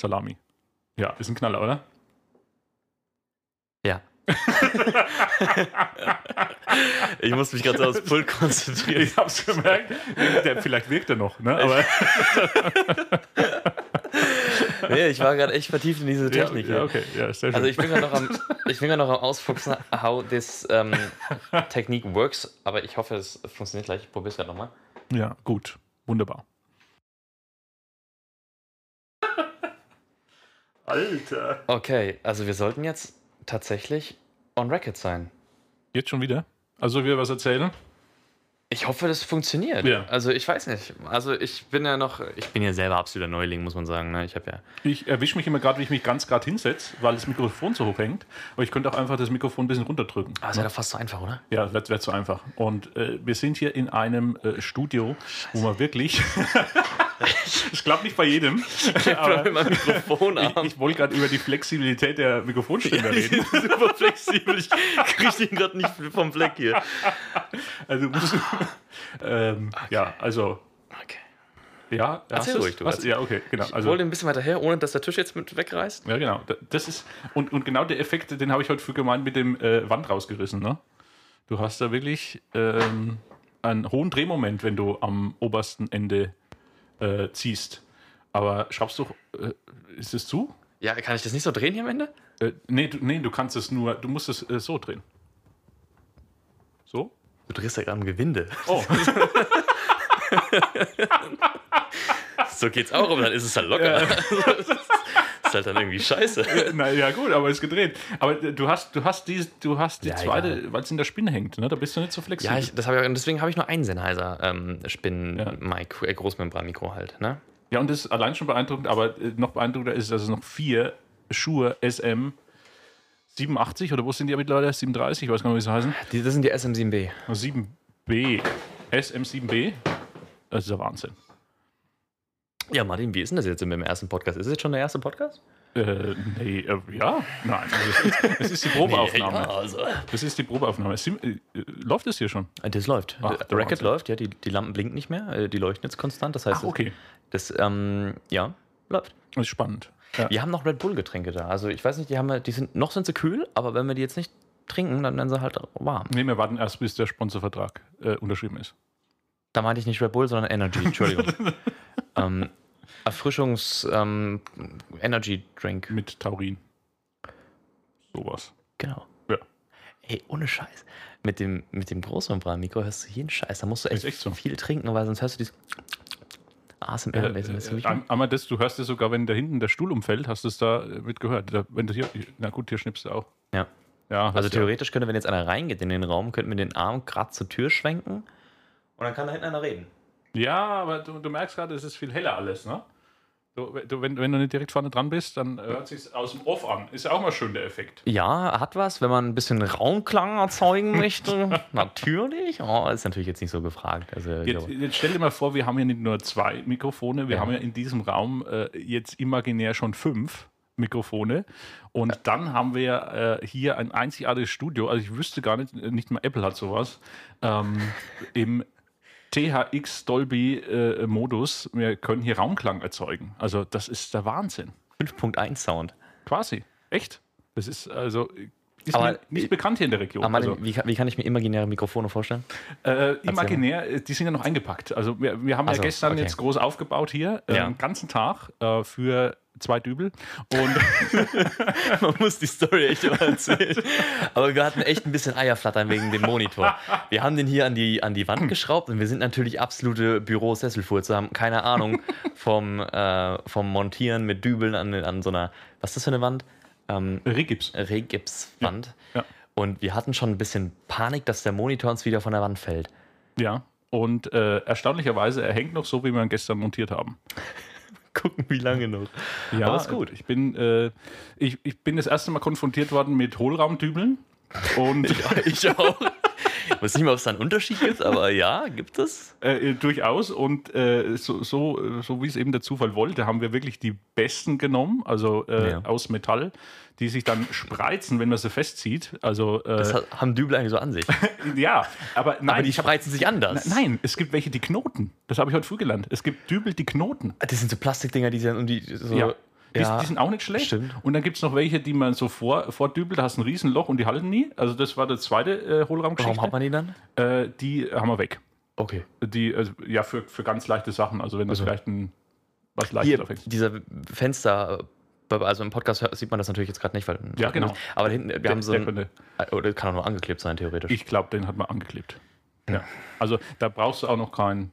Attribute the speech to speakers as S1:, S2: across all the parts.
S1: Salami. Ja, ist ein Knaller, oder?
S2: Ja. ich muss mich gerade so aufs Pult konzentrieren.
S1: Ich hab's gemerkt. Der, vielleicht wirkt er noch, ne? Aber
S2: Nee, ich war gerade echt vertieft in diese Technik.
S1: ja,
S2: hier.
S1: ja, okay. Ja, sehr schön.
S2: Also ich bin gerade noch am, ich bin grad noch am Ausfuchsen, how this ähm, Technique works, aber ich hoffe, es funktioniert gleich. Ich probiere es gerade nochmal.
S1: ja, gut. Wunderbar. Alter.
S2: Okay, also wir sollten jetzt tatsächlich on record sein.
S1: Jetzt schon wieder? Also wir was erzählen?
S2: Ich hoffe, das funktioniert.
S1: Ja.
S2: Also ich weiß nicht. Also ich bin ja noch, ich bin ja selber absoluter Neuling, muss man sagen. Ne? Ich habe ja.
S1: Ich erwische mich immer gerade, wie ich mich ganz gerade hinsetze, weil das Mikrofon so hoch hängt. Aber ich könnte auch einfach das Mikrofon ein bisschen runterdrücken.
S2: Ah, ist ja doch fast so einfach, oder?
S1: Ja, wird, wird so einfach. Und äh, wir sind hier in einem äh, Studio, wo man wirklich. Ich glaube nicht bei jedem.
S2: Aber
S1: aber
S2: mit meinem Mikrofonarm.
S1: ich wollte gerade über die Flexibilität der Mikrofonständer reden.
S2: super flexibel. Ich kriege den gerade nicht vom Fleck hier.
S1: Also, musst du- ähm, ja, also,
S2: Okay.
S1: ja. hast
S2: ruhig,
S1: es?
S2: du,
S1: Hast-
S2: erzähl.
S1: Ja, okay, genau.
S2: Ich
S1: Also,
S2: hol den ein bisschen weiter her, ohne dass der Tisch jetzt mit wegreißt.
S1: ja, genau. D- Das ist, und, und genau der Effekt, den habe ich heute früh gemeint mit dem äh, Wand rausgerissen. Ne? Du hast da wirklich ähm, einen hohen Drehmoment, wenn du am obersten Ende äh, ziehst. Aber schraubst du, äh, ist es zu?
S2: Ja, kann ich das nicht so drehen hier am Ende?
S1: Äh, nee, du, nee, du kannst es nur, du musst es äh, so drehen. So?
S2: Du drehst ja gerade am Gewinde.
S1: Oh,
S2: So geht's auch, aber dann ist es halt locker. ist halt dann irgendwie scheiße.
S1: na ja, gut, aber ist gedreht. Aber äh, du hast, du hast die, du hast die
S2: Ja,
S1: zweite, weil es in der Spinne hängt, ne? Da bist du nicht so flexibel.
S2: Ja, ich, das hab ich, auch- und deswegen habe ich nur einen Sennheiser ähm, Spinnen-Mic, äh, Großmembran-Mikro halt, ne?
S1: Ja, und das ist allein schon beeindruckend, aber äh, noch beeindruckender ist, dass es noch vier Schuhe SM 87 oder wo sind die mittlerweile? 37, ich weiß gar nicht, wie sie heißen.
S2: Die, das sind die SM7B.
S1: 7B. SM 7B. Das ist der Wahnsinn.
S2: Ja, Martin, wie ist denn das jetzt mit dem ersten Podcast? Ist es jetzt schon der erste Podcast?
S1: Äh, nee, äh, ja, nein. Also es, ist, es ist die Probeaufnahme.
S2: Ja, also.
S1: Das ist die Probeaufnahme. Sim, äh, äh, läuft es hier schon?
S2: Das läuft.
S1: Ach,
S2: der
S1: der
S2: Racket
S1: Wahnsinn.
S2: läuft, ja, die, die Lampen blinken nicht mehr, äh, die leuchten jetzt konstant. Das heißt,
S1: Ach, okay.
S2: das, ähm, ja, läuft.
S1: Das ist spannend. Ja.
S2: Wir haben noch Red Bull-Getränke da. Also ich weiß nicht, die haben wir, die sind, noch sind sie kühl, aber wenn wir die jetzt nicht trinken, dann werden sie halt warm.
S1: Nee, wir warten erst, bis der Sponsorvertrag äh, unterschrieben ist.
S2: Da meinte ich nicht Red Bull, sondern Energy, Entschuldigung. ähm, Erfrischungs ähm, Energy Drink.
S1: Mit Taurin. Sowas.
S2: Genau.
S1: Ja.
S2: Ey, ohne Scheiß. Mit dem, mit dem Großmembran-Mikro hörst du jeden Scheiß. Da musst du echt,
S1: Ist echt so.
S2: viel trinken, weil sonst hörst du dieses ASMR.
S1: Äh,
S2: weißt du, weißt du, wie
S1: äh,
S2: ich meine?
S1: ein- einmal das, du hörst es sogar, wenn da hinten der Stuhl umfällt, hast du es da äh, mit gehört. Da, wenn du hier, na gut, hier schnippst du auch.
S2: ja.
S1: Ja,
S2: Also
S1: hast du ja.
S2: theoretisch könnte, wenn jetzt einer reingeht in den Raum, könnten wir den Arm gerade zur Tür schwenken und dann kann da hinten einer reden.
S1: Ja, aber du, du merkst gerade, es ist viel heller alles, ne? Du, du, wenn, wenn du nicht direkt vorne dran bist, dann hört sich aus dem Off an. Ist ja auch mal schön der Effekt.
S2: Ja, hat was, wenn man ein bisschen Raumklang erzeugen möchte. natürlich. Oh, ist natürlich jetzt nicht so gefragt. Also,
S1: Jetzt,
S2: so.
S1: jetzt stell dir mal vor, wir haben ja nicht nur zwei Mikrofone, wir
S2: Ja.
S1: haben ja in diesem Raum äh, jetzt imaginär schon fünf Mikrofone. Und dann haben wir äh, hier ein einzigartiges Studio, also ich wüsste gar nicht, äh, nicht mal Apple hat sowas, ähm, im THX Dolby äh, Modus. Wir können hier Raumklang erzeugen. Also das ist der Wahnsinn.
S2: 5.1 Sound.
S1: Quasi. Echt? Das ist also. Ist
S2: Aber-
S1: mir nicht bekannt hier in der Region.
S2: Aber Ah, Martin,
S1: also,
S2: wie, kann, wie kann ich mir imaginäre Mikrofone vorstellen?
S1: Äh, imaginär, äh, die sind ja noch eingepackt. Also wir, wir haben
S2: Ach
S1: ja
S2: so,
S1: gestern
S2: okay.
S1: jetzt groß aufgebaut hier, äh,
S2: Ja.
S1: den ganzen Tag äh, für zwei Dübel. Und
S2: Man muss die Story echt immer erzählen. Aber wir hatten echt ein bisschen Eierflattern wegen dem Monitor. Wir haben den hier an die, an die Wand geschraubt und wir sind natürlich absolute Bürosesselfurze, haben keine Ahnung vom, äh, vom Montieren mit Dübeln an, an so einer, was ist das für eine Wand? Ähm,
S1: Regips.
S2: Regipswand.
S1: Ja.
S2: Und wir hatten schon ein bisschen Panik, dass der Monitor uns wieder von der Wand fällt.
S1: Ja. Und äh, erstaunlicherweise, er hängt noch so, wie wir ihn gestern montiert haben.
S2: Gucken, wie lange noch.
S1: Ja,
S2: Aber ist gut.
S1: Ich bin, äh, ich, ich bin das erste Mal konfrontiert worden mit Hohlraumdübeln. Und
S2: Ich auch. Ich weiß nicht mal, ob es da einen Unterschied gibt, aber ja, gibt es.
S1: Äh, äh, durchaus. Und äh, so, so, äh, so wie es eben der Zufall wollte, haben wir wirklich die besten genommen, also äh,
S2: Ja.
S1: aus Metall, die sich dann spreizen, wenn man sie festzieht. Also äh,
S2: Das hat- haben Dübel eigentlich so an sich.
S1: ja, aber nein,
S2: Aber die
S1: ich hab,
S2: spreizen sich anders.
S1: nein, es gibt
S2: Ah,
S1: welche, die knoten. Das habe ich heute früh gelernt. Es gibt Dübel, die knoten.
S2: Das sind so Plastikdinger, die sind und die so.
S1: Ja. Die,
S2: Also, Ja,
S1: die sind auch nicht schlecht.
S2: stimmt.
S1: Und dann gibt es noch welche, die man so vor, vordübelt, da hast du ein Riesenloch und die halten nie. Also das war der zweite äh,
S2: Warum hat
S1: Hohlraumgeschichte.
S2: man die dann?
S1: Äh, die haben wir weg.
S2: Okay.
S1: Die, also, ja, für, für ganz leichte Sachen. Also wenn du
S2: Also.
S1: vielleicht ein, was leichtes
S2: Hier,
S1: aufhängst.
S2: dieser Fenster, also im Podcast hört- sieht man das natürlich jetzt gerade nicht, weil.
S1: Ja, genau.
S2: Aber da hinten, wir
S1: Der-
S2: haben so.
S1: der
S2: Ein,
S1: könnte-
S2: oder kann auch nur angeklebt sein, theoretisch.
S1: Ich glaube, den hat man angeklebt. Ja. Also da brauchst du auch noch keinen.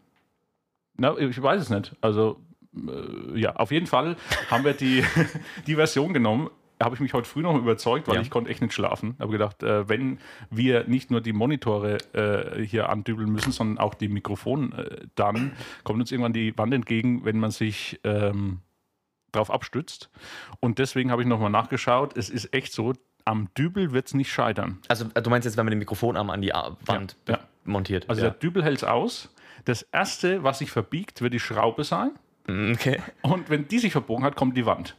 S1: Na, ich weiß es nicht. Also äh, ja, auf jeden Fall haben wir die, die Version genommen. Habe ich mich heute früh noch überzeugt, weil
S2: Ja.
S1: ich konnte echt nicht schlafen. Habe gedacht, äh, wenn wir nicht nur die Monitore äh, hier andübeln müssen, sondern auch die Mikrofone, äh, dann kommt uns irgendwann die Wand entgegen, wenn man sich ähm, drauf abstützt. Und deswegen habe ich nochmal nachgeschaut. Es ist echt so, am Dübel wird es nicht scheitern.
S2: also, äh, du meinst jetzt, wenn man den Mikrofonarm an die A- Wand
S1: ja.
S2: montiert?
S1: Also der Dübel hält es aus. Das erste, was sich verbiegt, wird die Schraube sein.
S2: ja. Okay.
S1: Und wenn die sich verbogen hat, kommt die Wand.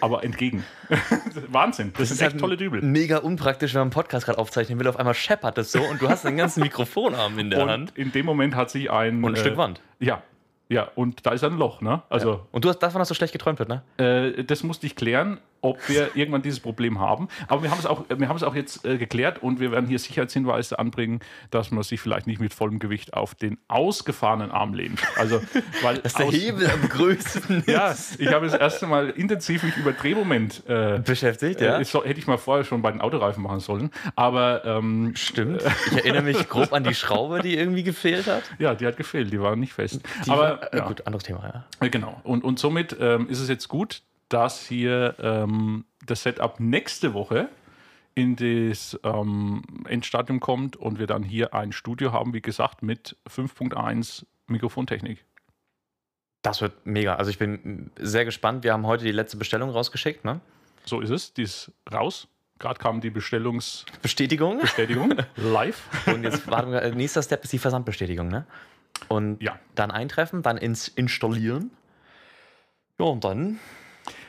S1: Aber entgegen. Wahnsinn. Das, sind echt
S2: halt
S1: tolle Dübel.
S2: Mega unpraktisch, wenn man einen Podcast gerade aufzeichnen will. Auf einmal scheppert das so und du hast den ganzen Mikrofonarm in der Hand.
S1: Und äh, in dem Moment hat sich ein.
S2: Und ein Stück Wand.
S1: Ja. Ja, und da ist ein Loch, ne? Also,
S2: Und du hast davon, dass du schlecht geträumt wird, ne?
S1: äh, das musste ich klären, ob wir irgendwann dieses Problem haben. Aber wir haben es auch, wir haben es auch jetzt äh, geklärt und wir werden hier Sicherheitshinweise anbringen, dass man sich vielleicht nicht mit vollem Gewicht auf den ausgefahrenen Arm lehnt. Also, weil
S2: Dass der
S1: aus-
S2: Hebel am größten ist.
S1: Ja, ich habe das erste Mal intensiv mich über Drehmoment äh,
S2: beschäftigt, ja.
S1: äh, so, hätte ich mal vorher schon bei den Autoreifen machen sollen. Aber ähm,
S2: Stimmt. Ich erinnere mich grob an die Schraube, die irgendwie gefehlt hat.
S1: ja, die hat gefehlt, die waren nicht fest.
S2: Die
S1: Aber
S2: war, äh,
S1: ja,
S2: gut, anderes Thema, ja.
S1: äh, genau. Und, und somit ähm, ist es jetzt gut, dass hier ähm, das Setup nächste Woche in das ähm, Endstadium kommt und wir dann hier ein Studio haben, wie gesagt, mit 5.1 Mikrofontechnik.
S2: Das wird mega. Also ich bin sehr gespannt. Wir haben heute die letzte Bestellung rausgeschickt, ne?
S1: So ist es, die ist raus. Gerade kam die Bestellungsbestätigung
S2: Bestätigung.
S1: live.
S2: Und jetzt warten wir, äh, nächster Step ist die Versandbestätigung, ne? Und
S1: Ja.
S2: dann eintreffen, dann ins installieren. Ja, und dann,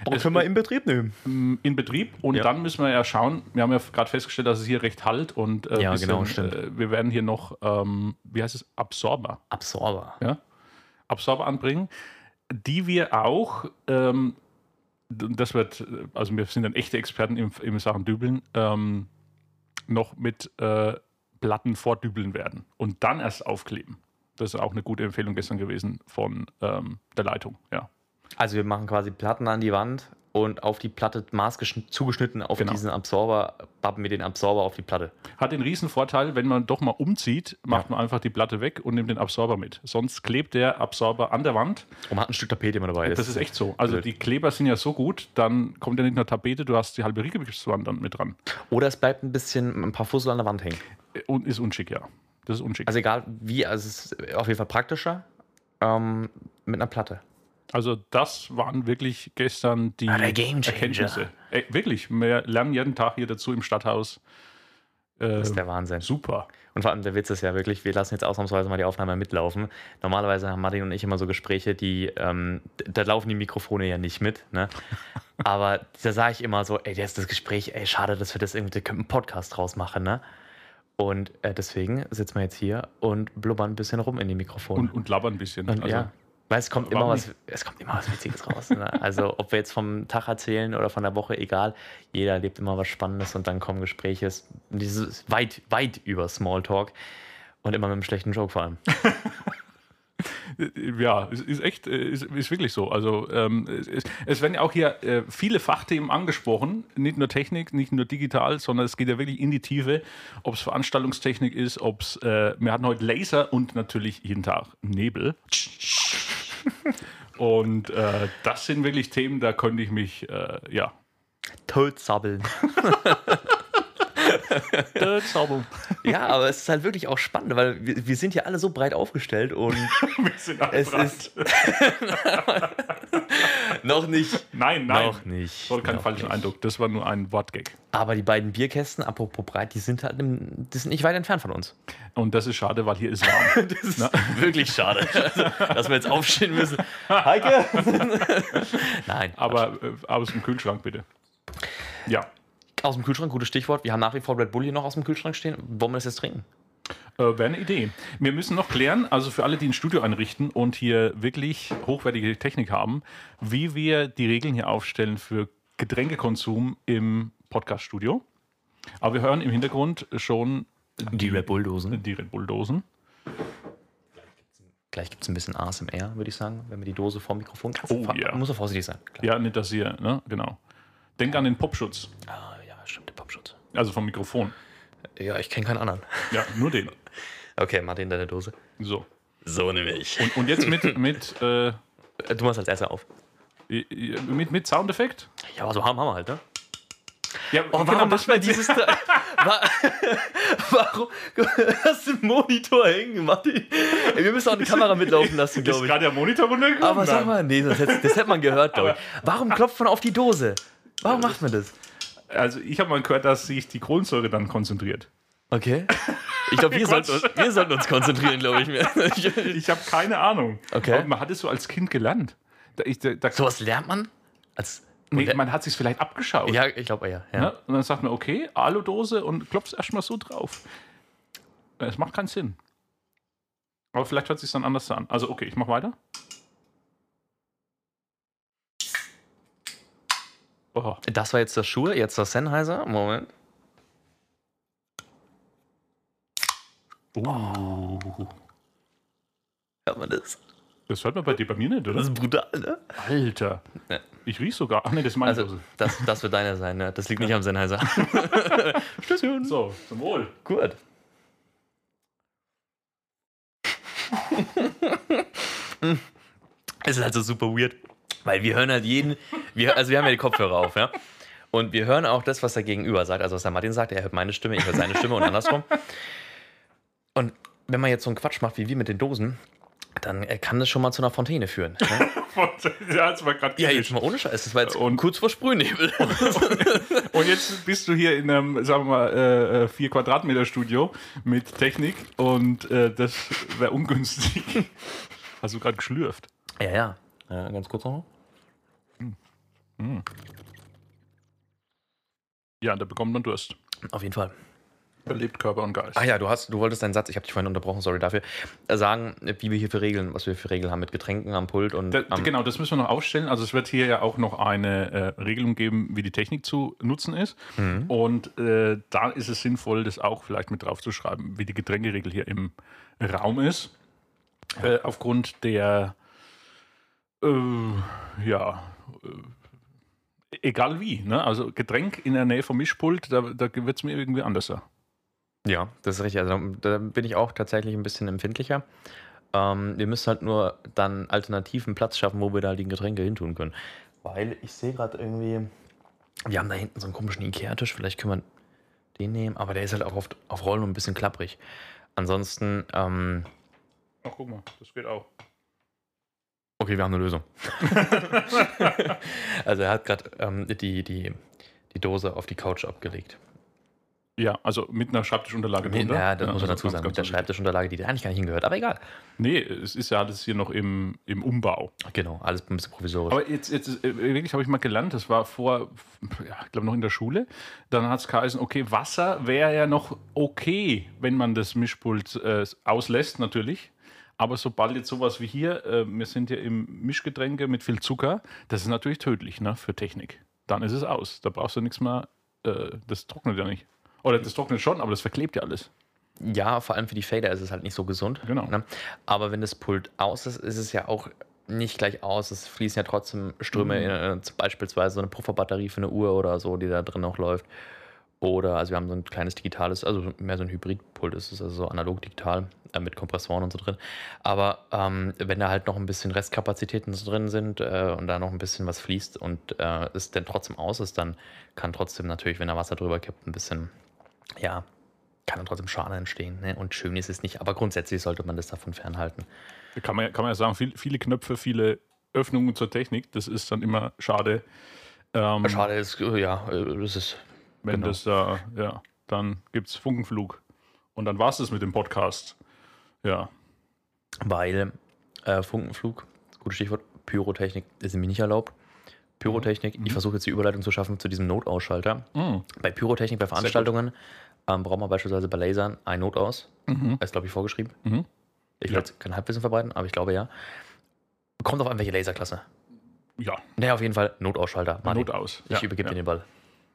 S2: dann
S1: Es-
S2: können wir in Betrieb nehmen.
S1: ähm, in Betrieb und
S2: Ja.
S1: dann müssen wir ja schauen. Wir haben ja gerade festgestellt, dass es hier recht halt und äh,
S2: Ja,
S1: bisschen,
S2: genau, stimmt.
S1: Äh, wir werden hier noch, ähm, wie heißt es, Absorber,
S2: Absorber.
S1: ja? Absorber anbringen, die wir auch, ähm, d- das wird, äh, also wir sind dann echte Experten im, im Sachen Dübeln, ähm, noch mit äh, Platten vordübeln werden und dann erst aufkleben. Das ist auch eine gute Empfehlung gestern gewesen von ähm, der Leitung, ja.
S2: Also wir machen quasi Platten an die Wand und auf die Platte maßgeschnitten, zugeschnitten auf
S1: Genau.
S2: diesen Absorber, bappen wir den Absorber auf die Platte.
S1: Hat den riesen Vorteil, wenn man doch mal umzieht, macht
S2: Ja.
S1: man einfach die Platte weg und nimmt den Absorber mit. Sonst klebt der Absorber an der Wand.
S2: Und man hat ein Stück Tapete immer dabei.
S1: Das ist echt so. Also
S2: blöd.
S1: die Kleber sind ja so gut, dann kommt ja nicht nur Tapete, du hast die halbe Riegewichtwand dann mit dran.
S2: Oder es bleibt ein bisschen ein paar Fussel an der Wand hängen.
S1: Und ist unschick, ja. Das ist unschick.
S2: Also egal wie, also es ist auf jeden Fall praktischer ähm, mit einer Platte.
S1: Also das waren wirklich gestern die
S2: Ah, der Gamechanger.
S1: Erkenntnisse. Ey, wirklich, wir lernen jeden Tag hier dazu im Stadthaus. Äh,
S2: Das ist der Wahnsinn.
S1: super.
S2: Und vor allem der Witz ist ja wirklich, wir lassen jetzt ausnahmsweise mal die Aufnahme mitlaufen. Normalerweise haben Martin und ich immer so Gespräche, die, ähm, d- da laufen die Mikrofone ja nicht mit, ne? Aber da sage ich immer so, ey, das ist das Gespräch, ey, schade, dass wir das irgendwie, da könnten wir einen Podcast draus machen, ne? Und äh, deswegen sitzen wir jetzt hier und blubbern ein bisschen rum in die Mikrofone.
S1: Und, und labern ein bisschen. Also
S2: Und ja. Weil es kommt, immer
S1: warum
S2: was, es kommt immer was Witziges raus. Ne? Also, ob wir jetzt vom Tag erzählen oder von der Woche, egal. Jeder erlebt immer was Spannendes und dann kommen Gespräche. es- Dieses weit, weit über Smalltalk und immer mit einem schlechten Joke vor allem.
S1: Äh, Ja, es ist echt, äh, ist, ist wirklich so. Also ähm, es, es- es werden ja auch hier äh, viele Fachthemen angesprochen, nicht nur Technik, nicht nur digital, sondern es geht ja wirklich in die Tiefe, ob es Veranstaltungstechnik ist, ob es, äh, wir hatten heute Laser und natürlich jeden Tag Nebel. Und äh, das sind wirklich Themen, da könnte ich mich, äh, ja,
S2: Tollzabbeln.
S1: zaubern.
S2: ja, aber es ist halt wirklich auch spannend, weil wir, wir sind ja alle so breit aufgestellt und
S1: Wir sind alle
S2: es
S1: dran.
S2: ist. noch nicht.
S1: Nein, nein.
S2: Noch nicht.
S1: Soll keinen
S2: Noch
S1: falschen
S2: nicht.
S1: Eindruck, das war nur ein Wortgag.
S2: Aber die beiden Bierkästen, apropos breit, die sind halt im, die sind nicht weit entfernt von uns.
S1: Und das ist schade, weil hier ist warm.
S2: Das ist wirklich schade, dass wir jetzt aufstehen müssen. Heike! Nein,
S1: Aber äh, aus dem Kühlschrank bitte. Ja.
S2: aus dem Kühlschrank, gutes Stichwort. Wir haben nach wie vor Red Bull hier noch aus dem Kühlschrank stehen. Wollen wir das jetzt trinken?
S1: Äh, wäre eine Idee. Wir müssen noch klären, also für alle, die ein Studio einrichten und hier wirklich hochwertige Technik haben, wie wir die Regeln hier aufstellen für Getränkekonsum im Podcast-Studio. Aber wir hören im Hintergrund schon
S2: Die Red Bull-Dosen.
S1: die Red Bull-Dosen.
S2: Gleich gibt es ein bisschen ASMR, würde ich sagen, wenn wir die Dose vor Mikrofon.
S1: Oh,
S2: Fa-
S1: ja.
S2: Muss er vorsichtig sein. Klar.
S1: Ja, nicht, dass ihr, ne? Genau. Denk an den Popschutz,
S2: Ah, ja, stimmt, der Popschutz.
S1: also vom Mikrofon.
S2: Ja, ich kenne keinen anderen.
S1: Ja, nur den.
S2: Okay, mach den deine Dose.
S1: So.
S2: So nämlich.
S1: Und, und jetzt mit, mit, äh,
S2: Äh, Du machst als erster auf.
S1: mit, mit Soundeffekt?
S2: Ja, aber so haben wir halt, ne?
S1: Ja, genau,
S2: Oh, warum macht man dieses. Teil- Wa- warum hast du den Monitor hängen gemacht? Ey, Wir müssen auch eine Kamera mitlaufen lassen,
S1: Ist
S2: glaube ich.
S1: gerade der Monitor runtergekommen?
S2: Aber sag mal, nee, das hätte, das hätte man gehört, glaube ich. Warum klopft man auf die Dose? Warum macht man das?
S1: Also ich habe mal gehört, dass sich die Kohlensäure dann konzentriert.
S2: Okay. Ich glaube, wir, sollten uns- wir sollten uns konzentrieren, glaube ich. mir.
S1: Ich habe keine Ahnung.
S2: Okay.
S1: Aber man hat es so als Kind gelernt. Da, ich, da, da,
S2: Sowas lernt man? Als.
S1: nee, man hat sich vielleicht abgeschaut.
S2: Ja, ich glaube, ja. ja.
S1: Ne? Und dann sagt man, okay, Aludose und klopfst erstmal so drauf. Es macht keinen Sinn. Aber vielleicht hört sich dann anders an. Also okay, ich mache weiter. Oh,
S2: Das war jetzt das Schuhe, jetzt das Sennheiser. Moment.
S1: Oh.
S2: Oh. Hört man das?
S1: das hört man bei dir bei mir nicht, oder?
S2: ist brutal, ne?
S1: Alter.
S2: Ja.
S1: Ich riech sogar. Ach nee, das ist meine
S2: Also,
S1: Dose.
S2: das, das wird deiner sein, ne? Das liegt nicht am Sennheiser.
S1: So, zum Wohl.
S2: Gut. es ist halt so super weird, weil wir hören halt jeden, wir, also wir haben ja die Kopfhörer auf, ja. Und wir hören auch das, was der Gegenüber sagt, also was der Martin sagt, er hört meine Stimme, ich höre seine Stimme und andersrum. Und wenn man jetzt so einen Quatsch macht wie wir mit den Dosen, dann äh, kann das schon mal zu einer Fontäne führen. Ne?
S1: ja, das war gerade
S2: Ja, jetzt mal ohne Scheiß, das war jetzt
S1: Und-
S2: kurz vor Sprühnebel.
S1: Und jetzt bist du hier in einem, sagen wir mal, äh, äh, 4 Quadratmeter Studio mit Technik und äh, das wäre ungünstig. Hast du gerade geschlürft?
S2: Ja, ja. Ja, ganz kurz noch.
S1: Ja, da bekommt man Durst.
S2: Auf jeden Fall.
S1: Belebt Körper und Geist.
S2: Ach ja, du hast, du wolltest deinen Satz, ich habe dich vorhin unterbrochen, sorry dafür, äh, sagen, wie wir hier für Regeln, was wir für Regeln haben mit Getränken am Pult und
S1: Da,
S2: am,
S1: genau, das müssen wir noch aufstellen. Also es wird hier ja auch noch eine äh, Regelung geben, wie die Technik zu nutzen ist.
S2: Mhm.
S1: Und äh, da ist es sinnvoll, das auch vielleicht mit draufzuschreiben, wie die Getränkeregel hier im Raum ist. Äh, aufgrund der, äh, ja, äh, egal wie. Ne? Also Getränk in der Nähe vom Mischpult, da, da wird es mir irgendwie anders.
S2: Ja, das ist richtig. Also da, da bin ich auch tatsächlich ein bisschen empfindlicher. Ähm, wir müssen halt nur dann alternativen Platz schaffen, wo wir da die Getränke hintun können. Weil ich sehe gerade irgendwie, wir haben da hinten so einen komischen Ikea-Tisch, vielleicht können wir den nehmen, aber der ist halt auch oft auf Rollen und ein bisschen klapprig. Ansonsten, ähm,
S1: Ach, guck mal, das geht auch.
S2: Okay, wir haben eine Lösung. also er hat gerade ähm, die, die, die Dose auf die Couch abgelegt.
S1: Ja, also mit einer Schreibtischunterlage
S2: Nee,
S1: drunter.
S2: ja, das muss
S1: also
S2: man dazu
S1: ganz,
S2: sagen.
S1: ganz
S2: Mit der
S1: wichtig.
S2: Schreibtischunterlage, die da eigentlich gar nicht hingehört, aber egal.
S1: Nee, es ist ja alles hier noch im, im Umbau.
S2: Genau, alles ein bisschen provisorisch.
S1: Aber jetzt, jetzt ist- äh, wirklich habe ich mal gelernt, das war vor, ja, ich glaube noch in der Schule, dann hat es geheißen, okay, Wasser wäre ja noch okay, wenn man das Mischpult äh, auslässt natürlich. Aber sobald jetzt sowas wie hier, äh, wir sind ja im Mischgetränke mit viel Zucker, das ist natürlich tödlich ne, für Technik. Dann ist es aus. Da brauchst du nichts mehr, äh, das trocknet ja nicht. Oder das trocknet schon, aber das verklebt ja alles.
S2: ja, vor allem für die Fader ist es halt nicht so gesund.
S1: Genau.
S2: Ne? Aber wenn das Pult aus ist, ist es ja auch nicht gleich aus. Es fließen ja trotzdem Ströme, in, äh, zum- beispielsweise so eine Pufferbatterie für eine Uhr oder so, die da drin noch läuft. Oder, also wir haben so ein kleines digitales, also mehr so ein Hybridpult ist es, also so analog-digital äh, mit Kompressoren und so drin. Aber ähm, wenn da halt noch ein bisschen Restkapazitäten so drin sind äh, und da noch ein bisschen was fließt und äh, es dann trotzdem aus ist, dann kann trotzdem natürlich, wenn da Wasser drüber kippt, ein bisschen, ja, kann dann trotzdem Schaden entstehen. Ne? Und schön ist es nicht, aber grundsätzlich sollte man das davon fernhalten.
S1: Da kann man, ja- kann man ja sagen, viel, viele Knöpfe, viele Öffnungen zur Technik, das ist dann immer schade. Ähm,
S2: Schade ist, äh, ja, äh, das ist
S1: Wenn
S2: Genau.
S1: das da, ja, dann gibt es Funkenflug. Und dann war es das mit dem Podcast. Ja.
S2: Weil äh, Funkenflug, gutes Stichwort, Pyrotechnik ist nämlich nicht erlaubt.
S1: Mhm.
S2: Mhm. Pyrotechnik, ich versuche jetzt die Überleitung zu schaffen zu diesem Notausschalter. Bei Pyrotechnik bei Veranstaltungen Ähm, braucht man beispielsweise bei Lasern ein Not aus.
S1: Mhm.
S2: Ist, glaube ich, vorgeschrieben.
S1: Mhm.
S2: Ich
S1: Ja.
S2: will jetzt kein Halbwissen verbreiten, aber ich glaube ja. Kommt auf an, welche Laserklasse.
S1: Ja,
S2: Naja, auf jeden Fall Notausschalter. Martin,
S1: Not aus.
S2: ich
S1: ja,
S2: übergebe
S1: ja.
S2: dir den Ball.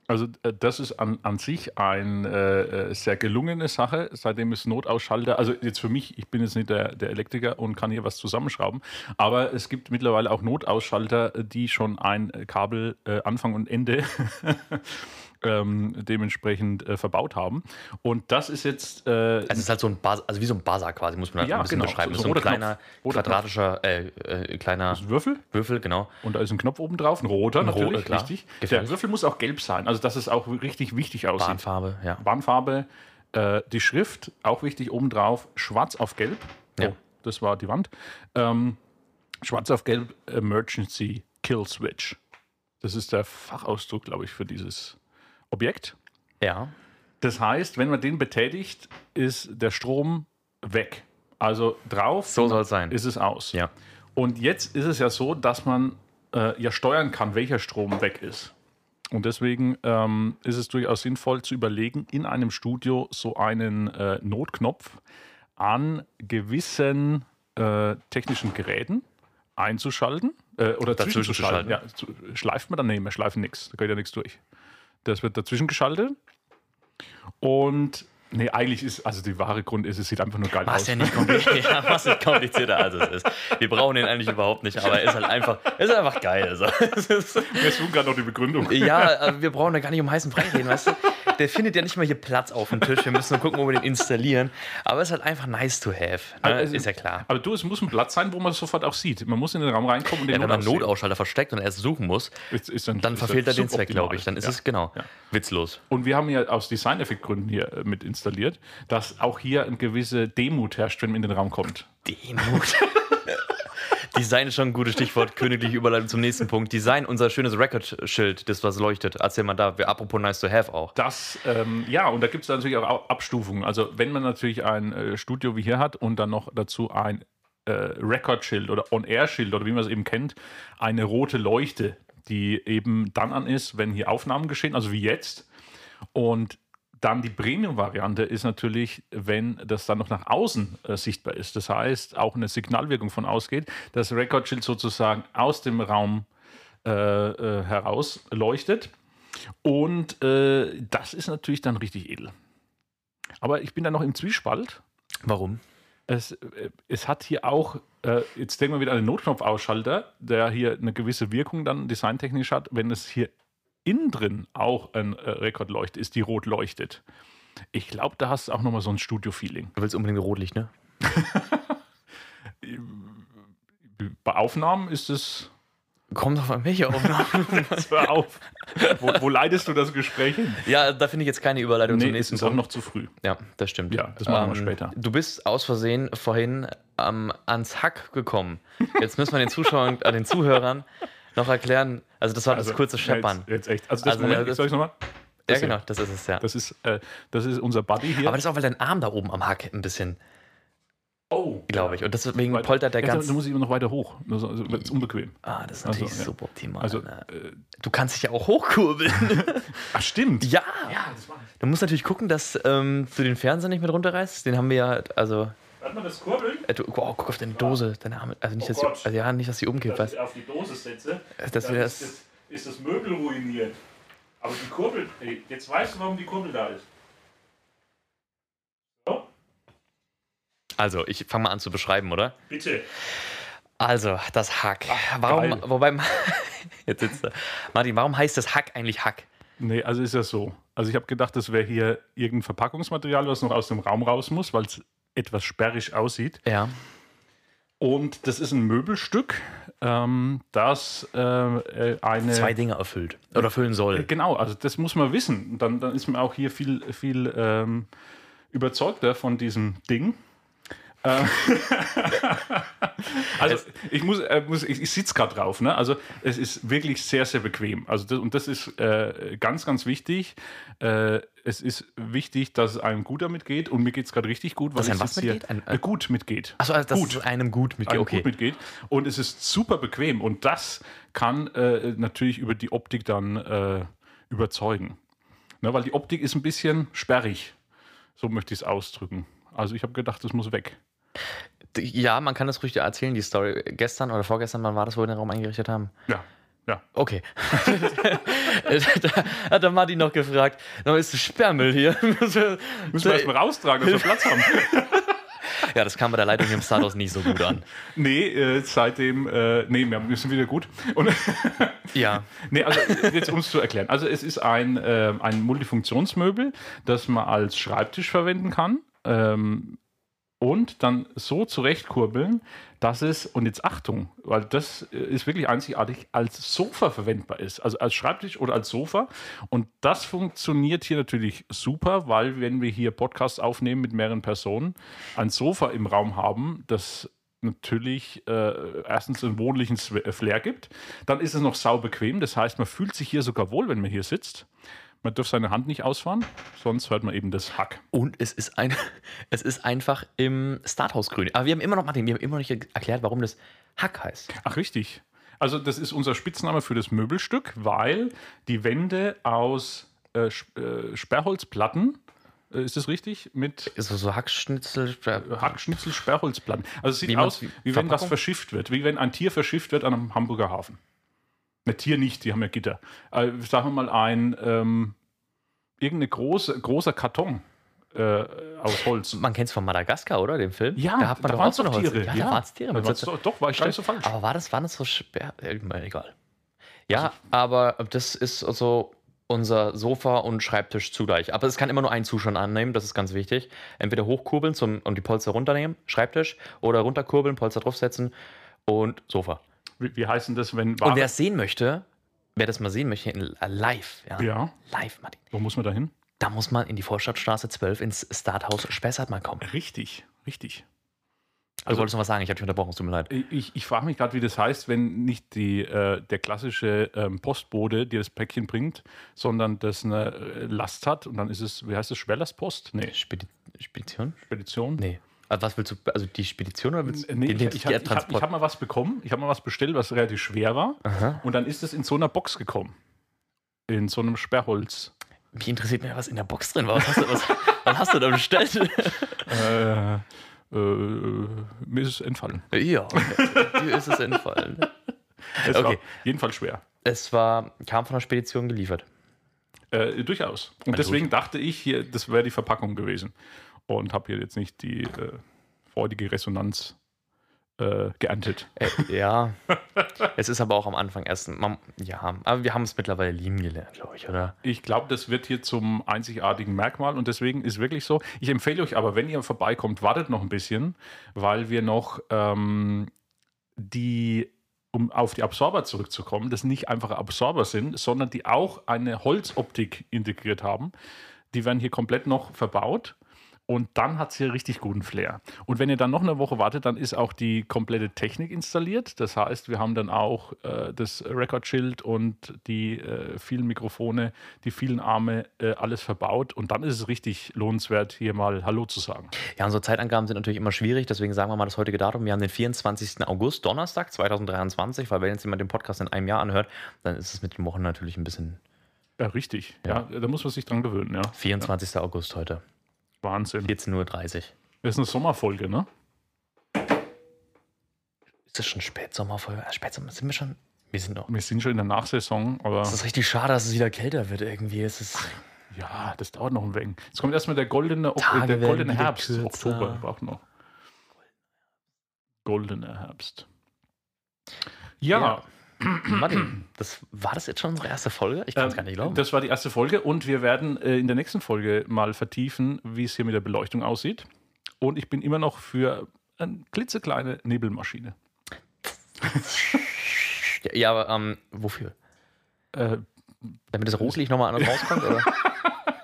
S1: Also äh, das ist an, an sich eine äh, äh, sehr gelungene Sache, seitdem es Notausschalter, also jetzt für mich, ich bin jetzt nicht der, der Elektriker und kann hier was zusammenschrauben, aber es gibt mittlerweile auch Notausschalter, äh, die schon ein äh, Kabel äh, Anfang und Ende ähm, dementsprechend äh, verbaut haben. Und das ist jetzt äh,
S2: Also es ist halt so ein Buzzer, also wie so ein Buzzer quasi, muss man halt
S1: Ja,
S2: ein bisschen
S1: genau.
S2: beschreiben.
S1: So- so
S2: So, so ein
S1: roter
S2: kleiner,
S1: Knopf. Roter
S2: quadratischer, äh, äh, kleiner
S1: ein Würfel.
S2: Würfel, genau.
S1: Und da ist ein Knopf oben drauf, ein roter
S2: Ein roter,
S1: natürlich,
S2: klar.
S1: richtig. Der
S2: Gefällt.
S1: Würfel muss auch gelb sein, also dass es auch richtig wichtig aussieht.
S2: Bahnfarbe, ja.
S1: Warnfarbe, äh, die Schrift, auch wichtig obendrauf, schwarz auf gelb.
S2: Ja.
S1: Oh, das war die Wand. Ähm, schwarz auf gelb Emergency Kill Switch. Das ist der Fachausdruck, glaube ich, für dieses Objekt.
S2: Ja.
S1: Das heißt, wenn man den betätigt, ist der Strom weg. Also drauf
S2: So soll es sein.
S1: ist es aus.
S2: ja.
S1: Und jetzt ist es ja so, dass man äh, ja steuern kann, welcher Strom weg ist. Und deswegen ähm, ist es durchaus sinnvoll zu überlegen, in einem Studio so einen äh, Notknopf an gewissen äh, technischen Geräten einzuschalten äh, oder
S2: Dazwischen zu
S1: zwischenzuschalten. Ja, zu, schleift man dann nicht mehr, schleifen nichts, da geht ja nichts durch. Das wird dazwischen geschaltet und nee, eigentlich ist, also die wahre Grund ist, es sieht einfach nur geil
S2: Mach's
S1: aus.
S2: ja nicht kompliziert, ja, mach's nicht komplizierter, als es ist. Wir brauchen den eigentlich überhaupt nicht, aber er ist halt einfach, er ist einfach geil. Also. Es ist,
S1: Wir suchen gerade noch die Begründung.
S2: ja, äh, wir brauchen da gar nicht um heißen Brei reden, weißt du? Der findet ja nicht mal hier Platz auf dem Tisch. Wir müssen nur gucken, wo wir den installieren. Aber es ist halt einfach nice to have. Ne?
S1: Also-
S2: ist ja klar.
S1: Aber du, es muss ein Platz sein, wo man es sofort auch sieht. Man muss in den Raum reinkommen und den
S2: Ja, wenn man einen
S1: Notausstieg-
S2: Notausschalter versteckt und erst suchen muss,
S1: Ist- ist
S2: dann
S1: ist
S2: verfehlt er den Zweck,
S1: suboptimal.
S2: glaube ich. Dann ist
S1: ja.
S2: es genau witzlos.
S1: Und wir haben ja aus Design-Effekt-Gründen hier äh, mit installiert, dass auch hier eine gewisse Demut herrscht, wenn man in den Raum kommt.
S2: Demut. Design ist schon ein gutes Stichwort. Königliche Überleitung zum nächsten Punkt. Design, unser schönes Record-Schild, das was leuchtet. Erzähl mal da. Wir, apropos nice to have auch.
S1: Das, ähm, ja, und da gibt es natürlich auch Au- Abstufungen. Also, wenn man natürlich ein äh, Studio wie hier hat und dann noch dazu ein äh, Record-Schild oder On-Air-Schild oder wie man es eben kennt, eine rote Leuchte, die eben dann an ist, wenn hier Aufnahmen geschehen, also wie jetzt. Und dann die Premium-Variante ist natürlich, wenn das dann noch nach außen äh, sichtbar ist. Das heißt, auch eine Signalwirkung von ausgeht, das Record-Schild sozusagen aus dem Raum äh, äh, heraus leuchtet. Und äh, das ist natürlich dann richtig edel. Aber ich bin da noch im Zwiespalt.
S2: Warum?
S1: Es, äh, es hat hier auch, äh, jetzt denken wir wieder an den Notknopfausschalter, der hier eine gewisse Wirkung dann designtechnisch hat, wenn es hier innen drin auch ein äh, Rekordleuchte ist, die rot leuchtet. Ich glaube, da hast du auch nochmal so ein Studio-Feeling.
S2: Du willst unbedingt Rotlicht, ne?
S1: Bei Aufnahmen ist es.
S2: Kommt doch an welche Aufnahme.
S1: Hör auf! wo, wo leitest du das Gespräch hin?
S2: ja, da finde ich jetzt keine Überleitung zum
S1: Nee, es
S2: nächsten
S1: ist auch
S2: Punkt.
S1: noch zu früh.
S2: ja, das stimmt. Ähm,
S1: Ja, das machen wir später.
S2: Du bist aus Versehen vorhin ähm, ans Hack gekommen. Jetzt müssen wir den Zuschauern, äh, den Zuhörern noch erklären. Also, das war das kurze Scheppern.
S1: Jetzt, jetzt echt. Also, das
S2: Also,
S1: Moment,
S2: das-
S1: soll ich nochmal?
S2: Ja,
S1: ist ja-
S2: genau, das ist es ja.
S1: Das ist, äh, das ist unser Buddy hier.
S2: Aber das ist auch, weil dein Arm da oben am Hack ein bisschen,
S1: oh,
S2: glaube ich. Und deswegen
S1: Weil-
S2: poltert der
S1: Ja,
S2: ganz.
S1: Da muss ich immer noch weiter hoch. Das wird unbequem.
S2: Ah, das ist
S1: Also,
S2: natürlich
S1: ja.
S2: suboptimal.
S1: Also,
S2: ne?
S1: äh,
S2: Du kannst dich ja auch hochkurbeln.
S1: ach, stimmt.
S2: ja.
S1: das war ich.
S2: Du musst natürlich gucken, dass ähm, du den Fernseher nicht mit runterreißt. Den haben wir ja, also.
S1: Hat man das Kurbeln,
S2: Äh, du, wow, guck auf deine Dose, deine Arme. Also nicht,
S1: Oh
S2: dass
S1: Gott.
S2: sie, also ja, nicht, dass sie umkippt, weißt
S1: auf die Dose setze,
S2: du? Dass wir das.
S1: ist, das Möbel ruiniert. Aber die Kurbel, jetzt weißt du, warum die Kurbel da ist.
S2: Also, ich fange mal an zu beschreiben, oder?
S1: Bitte.
S2: Also, das Hack. warum,
S1: geil.
S2: wobei. Jetzt sitzt er. Martin, warum heißt das Hack eigentlich Hack?
S1: Nee, also ist das so. Also ich habe gedacht, das wäre hier irgendein Verpackungsmaterial, was noch aus dem Raum raus muss, weil es etwas sperrig aussieht.
S2: Ja.
S1: Und das ist ein Möbelstück, ähm, das äh, äh, eine.
S2: Zwei Dinge erfüllt. Oder erfüllen soll.
S1: Genau, also das muss man wissen. Dann, dann ist man auch hier viel, viel ähm, überzeugter von diesem Ding. Äh, also ich muss, äh, muss ich, ich sitze gerade drauf. Ne? Also es ist wirklich sehr, sehr bequem. Also das, und das ist äh, ganz, ganz wichtig. Äh, es ist wichtig, dass es einem gut damit geht und mir geht es gerade richtig gut, weil
S2: Dass
S1: ich
S2: einem was
S1: sitz hier
S2: mitgeht? Ein-
S1: äh, gut mitgeht.
S2: Achso, also, dass
S1: Gut.
S2: es einem gut mitgeht.
S1: einem
S2: Okay.
S1: gut mitgeht. Und es ist super bequem. Und das kann äh, natürlich über die Optik dann äh, überzeugen. Ne, weil die Optik ist ein bisschen sperrig. So möchte ich es ausdrücken. Also ich habe gedacht, das muss weg.
S2: D- Ja, man kann das ruhig erzählen, die Story. Gestern oder vorgestern, wann war das, wo wir den Raum eingerichtet haben?
S1: Ja, ja.
S2: Okay. da hat der Martin noch gefragt, da ist ein Sperrmüll hier.
S1: Müssen wir erstmal raustragen, dass wir Platz haben.
S2: ja, das kam bei der Leitung hier im Status nicht so gut an.
S1: Nee, äh, seitdem, äh, nee, wir wir sind wieder gut. Und
S2: Ja.
S1: Nee, also jetzt um es zu erklären. Also es ist ein, ähm, ein Multifunktionsmöbel, das man als Schreibtisch verwenden kann ähm, und dann so zurechtkurbeln, dass es, und jetzt Achtung, weil das äh, ist wirklich einzigartig, als Sofa verwendbar ist. Also als Schreibtisch oder als Sofa. Und das funktioniert hier natürlich super, weil wenn wir hier Podcasts aufnehmen mit mehreren Personen, ein Sofa im Raum haben, das natürlich äh, erstens einen wohnlichen Sw- äh, Flair gibt. Dann ist es noch sau bequem. Das heißt, man fühlt sich hier sogar wohl, wenn man hier sitzt. Man darf seine Hand nicht ausfahren, sonst hört man eben das Hack.
S2: Und es ist, ein, es ist einfach im Starthaus grün. Aber wir haben immer noch, Martin, wir haben immer noch nicht erklärt, warum das Hack heißt.
S1: Ach, richtig. Also, das ist unser Spitzname für das Möbelstück, weil die Wände aus äh, Sch- äh, Sperrholzplatten, äh, ist das richtig? Mit
S2: So, so Hackschnitzel. äh,
S1: Hackschnitzel, Sperrholzplatten. Also, es sieht
S2: Wie
S1: aus,
S2: man's-
S1: wie wenn was
S2: Verpackung?
S1: verschifft wird, wie wenn ein Tier verschifft wird an einem Hamburger Hafen. Ne, Tier nicht, die haben ja Gitter. Äh, sagen wir mal, ein ähm, irgendein große, großer Karton äh, aus Holz.
S2: Man kennt es von Madagaskar, oder? Dem Film?
S1: Ja,
S2: da hat man
S1: da
S2: doch auch
S1: waren's
S2: so eine
S1: doch
S2: Holz-
S1: Tiere,
S2: Ja,
S1: ja.
S2: da waren es Tiere.
S1: Da
S2: mit
S1: waren's
S2: so-
S1: doch- doch, war ich gar nicht so falsch.
S2: Aber war das, waren das so schwer? äh, Egal. Ja, aber das ist also unser Sofa und Schreibtisch zugleich. Aber es kann immer nur ein Zustand annehmen, das ist ganz wichtig. Entweder hochkurbeln zum, und die Polster runternehmen, Schreibtisch, oder runterkurbeln, Polster draufsetzen und Sofa.
S1: Wie, wie heißt denn das, wenn
S2: Und wer es sehen möchte, wer das mal sehen möchte, in- äh, live, ja,
S1: Ja,
S2: live, Martin,
S1: wo muss man da hin?
S2: da muss man in die Vorstadtstraße 12 ins Starthaus Spessart mal kommen.
S1: Richtig, richtig.
S2: Also, du wolltest noch was sagen, ich habe dich unterbrochen, es tut mir leid.
S1: Ich, ich frage mich gerade, wie das heißt, wenn nicht die, äh, der klassische ähm, Postbote dir das Päckchen bringt, sondern das eine äh, Last hat und dann ist es, wie heißt es, Schwerlastpost? Nee,
S2: Spedi Spedition?
S1: Spedition? Äh,
S2: Nee. Also was willst du, also die Spedition oder willst du
S1: Nee,
S2: den
S1: ich, ich, hab- ich habe hab
S2: Transport?
S1: mal was bekommen, ich habe mal was bestellt, was relativ schwer war
S2: Aha.
S1: und dann ist es in so einer Box gekommen. In so einem Sperrholz.
S2: Mich interessiert mehr, was in der Box drin war. Was hast du, was, was hast du da bestellt?
S1: äh, äh, mir ist es entfallen.
S2: ja, okay. dir ist es entfallen.
S1: Es war
S2: Okay.
S1: jedenfalls schwer.
S2: Es war, kam von der Spedition geliefert.
S1: Äh, durchaus. Und deswegen dachte ich, hier, das wäre die Verpackung gewesen. Und habe hier jetzt nicht die äh, freudige Resonanz äh, geerntet.
S2: Äh, ja. es ist aber auch am Anfang erst. Man, ja, aber wir haben es mittlerweile lieben gelernt, glaube ich, oder?
S1: Ich glaube, das wird hier zum einzigartigen Merkmal und deswegen ist wirklich so. Ich empfehle euch aber, wenn ihr vorbeikommt, wartet noch ein bisschen, weil wir noch ähm, die, um auf die Absorber zurückzukommen, das nicht einfache Absorber sind, sondern die auch eine Holzoptik integriert haben. Die werden hier komplett noch verbaut. Und dann hat es hier richtig guten Flair. Und wenn ihr dann noch eine Woche wartet, dann ist auch die komplette Technik installiert. Das heißt, wir haben dann auch äh, das Record-Schild und die äh, vielen Mikrofone, die vielen Arme, äh, alles verbaut. Und dann ist es richtig lohnenswert, hier mal Hallo zu sagen.
S2: Ja, unsere Zeitangaben sind natürlich immer schwierig, deswegen sagen wir mal das heutige Datum. Wir haben den 24. August, Donnerstag 2023, weil wenn jetzt jemand den Podcast in einem Jahr anhört, dann ist es mit den Wochen natürlich ein bisschen.
S1: Ja, Äh, richtig. Ja, da muss man sich dran gewöhnen. Ja,
S2: 24. August heute,
S1: Wahnsinn.
S2: 14.30 Uhr.
S1: Das ist eine Sommerfolge, ne?
S2: Ist das schon Spätsommerfolge? Ah, Spätsommer sind wir schon. Wir sind noch.
S1: Wir sind schon in der Nachsaison, aber
S2: Es ist richtig schade, dass es wieder kälter wird irgendwie. Es ist
S1: ja, das dauert noch ein wenig. Jetzt kommt erstmal der goldene, Ok-
S2: Tage
S1: der
S2: werden
S1: goldene
S2: wieder
S1: Herbst.
S2: kürzer.
S1: Oktober braucht noch. Goldener Herbst. Ja,
S2: Ja, Martin, das, war das jetzt schon unsere erste Folge? Ich kann es
S1: ähm,
S2: gar nicht glauben.
S1: das war die erste Folge und wir werden äh, in der nächsten Folge mal vertiefen, wie es hier mit der Beleuchtung aussieht. Und ich bin immer noch für eine klitzekleine Nebelmaschine.
S2: Ja, ja, aber ähm, wofür?
S1: Äh,
S2: Damit das Rotlicht nochmal an und rauskommt? oder?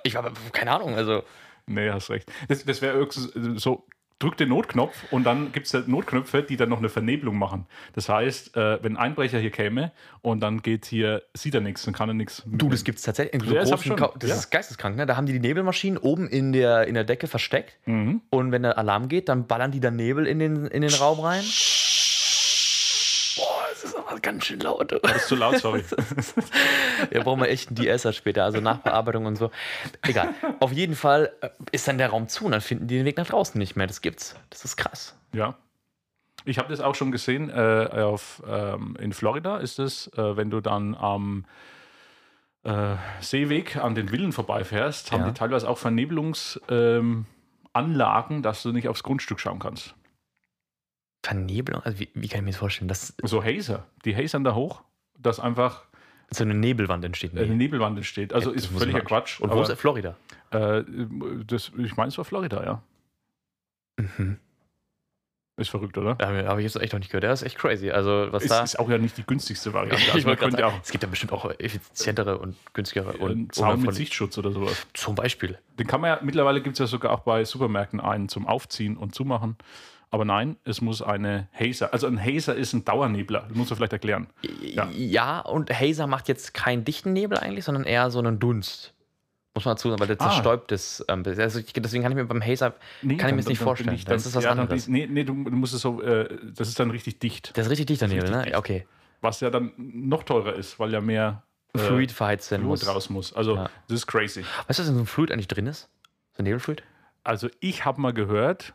S2: Ich habe keine Ahnung. Also,
S1: Nee, hast recht. Das, das wäre höchstens so, drück den Notknopf und dann gibt es halt Notknöpfe, die dann noch eine Vernebelung machen. Das heißt, äh, wenn ein Einbrecher hier käme und dann geht hier, sieht er nichts, dann kann er nichts.
S2: du, das gibt es tatsächlich. In so
S1: Ja, das hab ich
S2: großen
S1: schon.
S2: Ka- das
S1: Ja.
S2: ist geisteskrank, ne? Da haben die die Nebelmaschinen oben in der, in der Decke versteckt.
S1: Mhm.
S2: Und wenn der Alarm geht, dann ballern die dann Nebel in den, in den Raum rein. Boah, das ist aber ganz schön laut.
S1: Das ist zu laut, sorry.
S2: Wir brauchen mal echt einen DSer später, also Nachbearbeitung und so. Egal. Auf jeden Fall äh, ist dann der Raum zu und dann finden die den Weg nach draußen nicht mehr. Das gibt's. Das ist krass.
S1: Ja. Ich habe das auch schon gesehen äh, auf, ähm, in Florida ist es, äh, wenn du dann am äh, Seeweg an den Villen vorbeifährst, haben
S2: Ja.
S1: die teilweise auch Vernebelungsanlagen, ähm, Anlagen, dass du nicht aufs Grundstück schauen kannst.
S2: Vernebelung? Also wie, wie kann ich mir das vorstellen? Dass
S1: So Hazer. Die hazern da hoch, dass einfach
S2: so eine Nebelwand entsteht.
S1: eine
S2: Nee.
S1: Nebelwand entsteht. Äh, Also
S2: Ja,
S1: ist
S2: Äh, das muss
S1: völliger
S2: man-
S1: Quatsch.
S2: Und wo
S1: aber,
S2: ist er? Florida?
S1: äh, das, ich meine, es war Florida, ja.
S2: Mhm.
S1: Ist verrückt, oder?
S2: Da Habe ich jetzt echt noch nicht gehört. Ja, Das ist echt crazy. Also was
S1: Es
S2: da...
S1: ist auch ja nicht die günstigste Variante.
S2: Ich
S1: Also man
S2: wollte gerade
S1: könnte
S2: sagen,
S1: auch
S2: es gibt ja bestimmt auch effizientere und günstigere
S1: einen
S2: und
S1: Zaun mit
S2: unerfreulich-
S1: Sichtschutz oder sowas.
S2: Zum Beispiel.
S1: Den kann man ja, mittlerweile gibt es ja sogar auch bei Supermärkten einen zum Aufziehen und Zumachen. Aber nein, es muss eine Hazer. Also ein Hazer ist ein Dauernebler. Das musst du vielleicht erklären.
S2: Ja. und Hazer macht jetzt keinen dichten Nebel eigentlich, sondern eher so einen Dunst. Muss man dazu sagen, weil der
S1: Ah.
S2: zerstäubt es. Ähm, also ich- deswegen kann ich mir beim Hazer,
S1: Nee,
S2: Kann ich mir das nicht
S1: bin
S2: vorstellen. Dann ist das was
S1: dann
S2: anderes.
S1: die- nee, nee, du, du musst es so, äh, das ist dann richtig dicht.
S2: das ist richtig dichter Nebel,
S1: richtig
S2: ne?
S1: dicht.
S2: Okay.
S1: Was ja dann noch teurer ist, weil ja mehr äh,
S2: Fluid verheizt werden muss.
S1: Fluid raus muss. Also
S2: Ja.
S1: das ist crazy.
S2: Weißt du, was in so einem Fluid eigentlich drin ist? So ein Nebelfluid?
S1: Also ich habe mal gehört,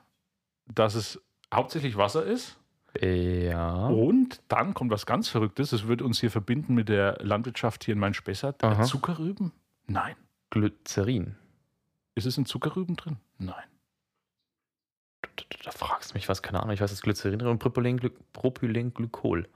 S1: dass es hauptsächlich Wasser ist.
S2: Ja.
S1: Und dann kommt was ganz Verrücktes. Es wird uns hier verbinden mit der Landwirtschaft hier in Mainspessart.
S2: Aha.
S1: Zuckerrüben? Nein.
S2: Glycerin.
S1: Ist es in Zuckerrüben drin? Nein.
S2: Da, da, da fragst du mich was, keine Ahnung. Ich weiß, dass Glycerin drin und Propylengly- Propylenglykol.
S1: Also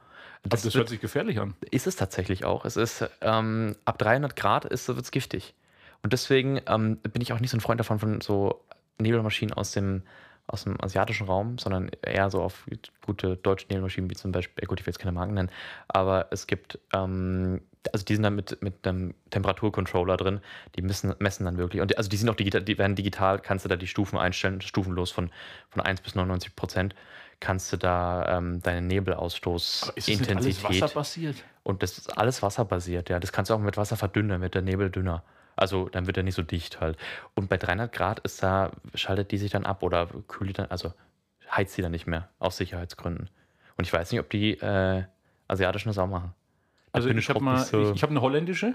S1: Das,
S2: Das,
S1: das hört sich gefährlich an.
S2: ist es tatsächlich auch. Es ist ähm, ab 300 Grad ist wird es giftig. Und deswegen ähm, bin ich auch nicht so ein Freund davon von so Nebelmaschinen aus dem aus dem asiatischen Raum, sondern eher so auf gute deutsche Nebelmaschinen, wie zum Beispiel, äh, gut, ich will jetzt keine Marken nennen, aber es gibt, ähm, also die sind dann mit, mit einem Temperaturcontroller drin, die müssen, messen dann wirklich, und die, also die sind auch digital, die werden digital, kannst du da die Stufen einstellen, stufenlos von, von 1 bis 99 Prozent, kannst du da ähm, deine Nebelausstoß,
S1: Aber ist es nicht alles wasserbasiert?
S2: und das ist alles wasserbasiert, ja. Das kannst du auch mit Wasser verdünnen, dann wird der Nebel dünner. Also dann wird er nicht so dicht halt. Und bei 300 Grad ist da, schaltet die sich dann ab oder kühlt die dann, also heizt die dann nicht mehr, aus Sicherheitsgründen. Und ich weiß nicht, ob die äh, asiatischen das auch machen. Da
S1: Also
S2: bin
S1: ich habe
S2: auch
S1: mal,
S2: nicht so-
S1: ich, ich hab eine holländische.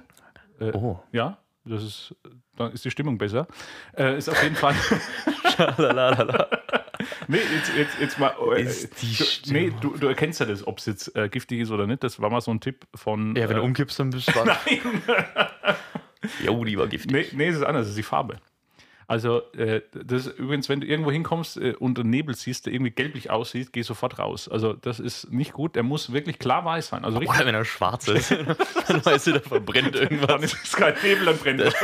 S1: äh,
S2: oh,
S1: Ja, das ist, dann ist die Stimmung besser. Äh, ist auf jeden Fall.
S2: Lalalala.
S1: nee, jetzt, jetzt, jetzt mal. Äh,
S2: Ist die
S1: du,
S2: Stimmung-
S1: nee, du, du erkennst ja das, ob es jetzt äh, giftig ist oder nicht. Das war mal so ein Tipp von.
S2: Ja, wenn du
S1: äh,
S2: umkippst, dann bist du dran. Jo, die war giftig.
S1: nee, nee, es ist anders, es ist die Farbe. Also, äh, das ist übrigens, wenn du irgendwo hinkommst äh, und einen Nebel siehst, der irgendwie gelblich aussieht, geh sofort raus. Also, das ist nicht gut. Der muss wirklich klar weiß sein. Also, richtig.
S2: Oder wenn er schwarz ist, dann weißt du, der verbrennt
S1: Dann
S2: irgendwas.
S1: ist es kein Nebel, dann brennt was.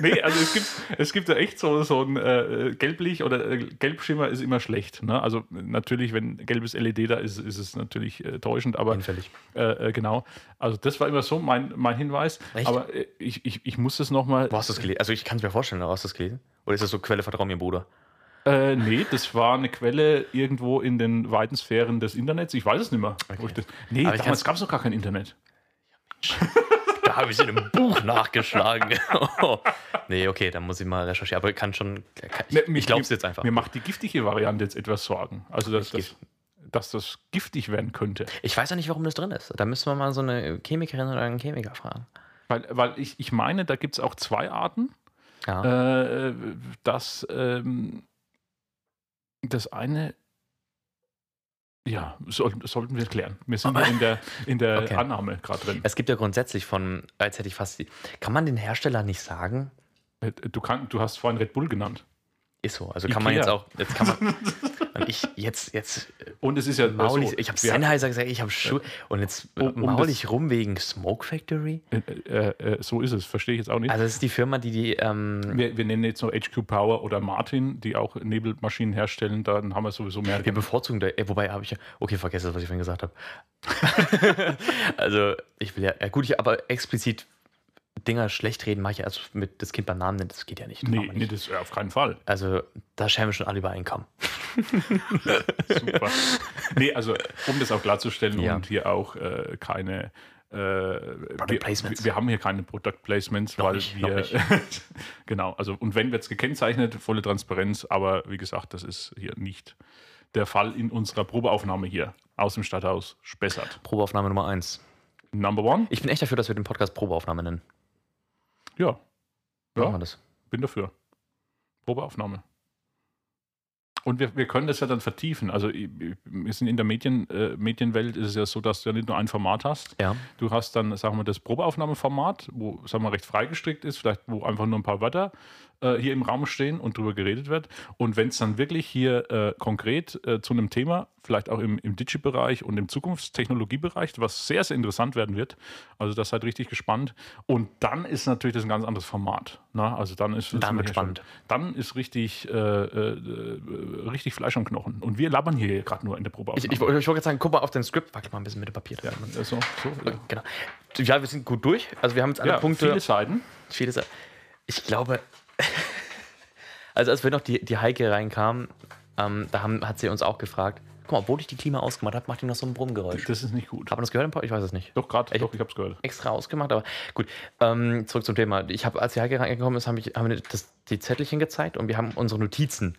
S1: nee, also es gibt, es gibt ja echt so, so ein äh, gelblich oder äh, Gelbschimmer ist immer schlecht. Ne? Also natürlich, wenn gelbes LED da ist, ist es natürlich äh, täuschend, aber
S2: Hinfällig.
S1: äh, äh, genau. Also das war immer so mein, mein Hinweis.
S2: Echt?
S1: Aber äh, ich, ich, ich muss das nochmal.
S2: Wo hast du das gelesen? Also ich kann es mir vorstellen, aber hast du das gelesen? Oder ist das so Quelle Vertrau mir, Bruder?
S1: Äh, nee, das war eine Quelle irgendwo in den weiten Sphären des Internets. Ich weiß es nicht mehr. Wo ich das, nee,
S2: Aber ich
S1: damals
S2: kann's-
S1: gab es noch gar kein Internet.
S2: Da habe ich in einem Buch nachgeschlagen. oh. Nee, okay, dann muss ich mal recherchieren. Aber kann schon. Kann, ich
S1: Ne, mir-
S2: ich glaube es
S1: mir-
S2: jetzt einfach.
S1: Mir macht die giftige Variante jetzt etwas Sorgen. Also, dass,
S2: Richtig.
S1: das, dass das giftig werden könnte.
S2: Ich weiß auch nicht, warum das drin ist. Da müssen wir mal so eine Chemikerin oder einen Chemiker fragen.
S1: Weil, weil ich, ich meine, da gibt es auch zwei Arten.
S2: Ja.
S1: Äh, dass ähm, das eine. Ja, soll, sollten wir klären. Wir sind ja in der, in der
S2: Okay.
S1: Annahme gerade drin.
S2: Es gibt ja grundsätzlich von, als hätte ich fast die. Kann man den Hersteller nicht sagen?
S1: Äh, Du, kann, du hast vorhin Red Bull genannt.
S2: Ist so. Also kann man
S1: Ikea.
S2: jetzt auch. Jetzt kann man. Und ich jetzt, jetzt.
S1: Und es ist ja
S2: Maulig,
S1: so,
S2: ich habe
S1: wir-
S2: Sennheiser gesagt, ich habe Schuhe. Und jetzt
S1: Um- um
S2: maulig rum wegen Smoke Factory.
S1: äh, äh, äh, so ist es, verstehe ich jetzt auch nicht.
S2: Also, das ist die Firma, die die. Ähm,
S1: Wir, wir nennen jetzt noch HQ Power oder Martin, die auch Nebelmaschinen herstellen, dann haben wir sowieso mehr.
S2: Wir bevorzugen da, äh, wobei habe ich ja, okay, vergesse das, was ich vorhin gesagt habe. also, ich will ja, ja gut, ich, aber explizit Dinger schlecht reden mache ich ja also mit das Kind beim Namen nennen, das geht ja nicht. das
S1: Nee,
S2: machen wir
S1: nee,
S2: nicht.
S1: das äh, auf keinen Fall.
S2: Also, da schämen wir schon alle über einen Kamm.
S1: Super. nee, also um das auch klarzustellen
S2: Ja.
S1: und hier auch äh, keine äh, wir,
S2: Placements.
S1: wir haben hier keine Product Placements, weil
S2: nicht, noch
S1: wir genau, also und wenn wird es gekennzeichnet, volle Transparenz, aber wie gesagt, das ist hier nicht der Fall in unserer Probeaufnahme hier aus dem Stadthaus Spessart.
S2: Probeaufnahme Nummer 1.
S1: Number one?
S2: Ich bin echt dafür, dass wir den Podcast Probeaufnahme nennen.
S1: Ja.
S2: Machen wir
S1: Ja,
S2: das.
S1: bin dafür. Probeaufnahme. Und wir, wir können das ja dann vertiefen. Also ich- ich- wir sind in der Medien, äh, Medienwelt ist es ja so, dass du ja nicht nur ein Format hast.
S2: Ja.
S1: Du hast dann, sagen wir, das Probeaufnahmeformat, wo, sagen wir, recht freigestrickt ist, vielleicht wo einfach nur ein paar Wörter äh, hier im Raum stehen und drüber geredet wird. Und wenn es dann wirklich hier äh, konkret äh, zu einem Thema, vielleicht auch im, im Digi-Bereich und im Zukunftstechnologiebereich, was sehr, sehr interessant werden wird, also das seid richtig gespannt. Und dann ist natürlich das ein ganz anderes Format. Ne? Also dann ist
S2: Dann wird
S1: ist man hier
S2: spannend.
S1: schon- Dann ist richtig, äh, äh, äh, richtig Fleisch und Knochen. Und wir labern hier gerade nur in der
S2: Ich,
S1: Probeaufnahme.
S2: ich, ich wollte gerade sagen, guck mal auf dein Skript, wackel mal ein bisschen mit dem Papier.
S1: ja, also, so, so, ja.
S2: Genau. Ja, wir sind gut durch. Also wir haben jetzt alle
S1: ja,
S2: Punkte.
S1: viele Seiten.
S2: viele Sa- Ich glaube, also als wir noch die, die Heike reinkamen, ähm, da haben, hat sie uns auch gefragt, guck mal, obwohl ich die Klima ausgemacht habe, macht die noch so ein Brummgeräusch.
S1: Das ist nicht gut.
S2: Hat man das gehört im Pod? Ich weiß es nicht.
S1: Doch, gerade,
S2: Echt?
S1: doch, ich hab's gehört.
S2: Extra ausgemacht, aber gut. Ähm, zurück zum Thema. Ich habe, als die Heike reingekommen ist, haben ich, haben wir das, die Zettelchen gezeigt und wir haben unsere Notizen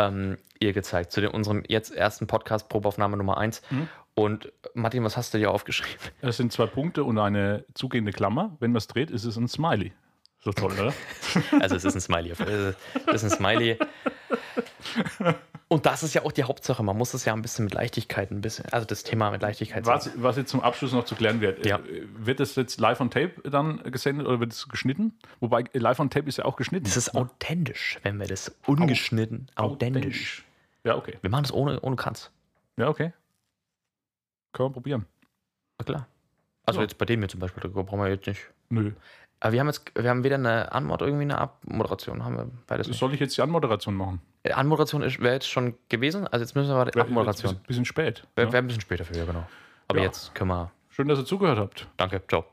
S2: ähm, ihr gezeigt, zu dem, unserem jetzt ersten Podcast, Probeaufnahme Nummer 1.
S1: Mhm.
S2: Und Martin, was hast du dir aufgeschrieben?
S1: Es sind zwei Punkte und eine zugehende Klammer. Wenn man es dreht, ist es ein Smiley. So toll, oder?
S2: Also es ist ein Smiley. Es ist ein Smiley. Und das ist ja auch die Hauptsache. Man muss es ja ein bisschen mit Leichtigkeit, ein bisschen, also das Thema mit Leichtigkeit.
S1: Was, was jetzt zum Abschluss noch zu klären wird,
S2: Ja.
S1: äh, wird das jetzt live on tape dann gesendet oder wird es geschnitten? Wobei äh, live on tape ist ja auch geschnitten.
S2: Es ist authentisch, wenn wir das ungeschnitten, authentisch.
S1: Ja, okay.
S2: Wir machen das ohne, ohne Kanz.
S1: Ja, okay. Können wir probieren.
S2: Na klar. Also
S1: Ja.
S2: jetzt bei dem hier zum Beispiel, da brauchen wir jetzt nicht.
S1: Nö.
S2: Aber wir haben jetzt, wir haben weder eine Anmod irgendwie eine Abmoderation, haben wir beides nicht.
S1: Soll ich jetzt die Anmoderation machen?
S2: Äh, Anmoderation ist- wäre jetzt schon gewesen, also jetzt müssen wir aber die Abmoderation.
S1: Bisschen, bisschen spät.
S2: Wäre
S1: Ja.
S2: wär ein bisschen später für, ja genau. Aber
S1: Ja.
S2: jetzt können wir,
S1: Schön, dass ihr zugehört habt.
S2: danke, ciao.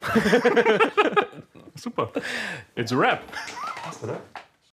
S1: Super. It's a wrap.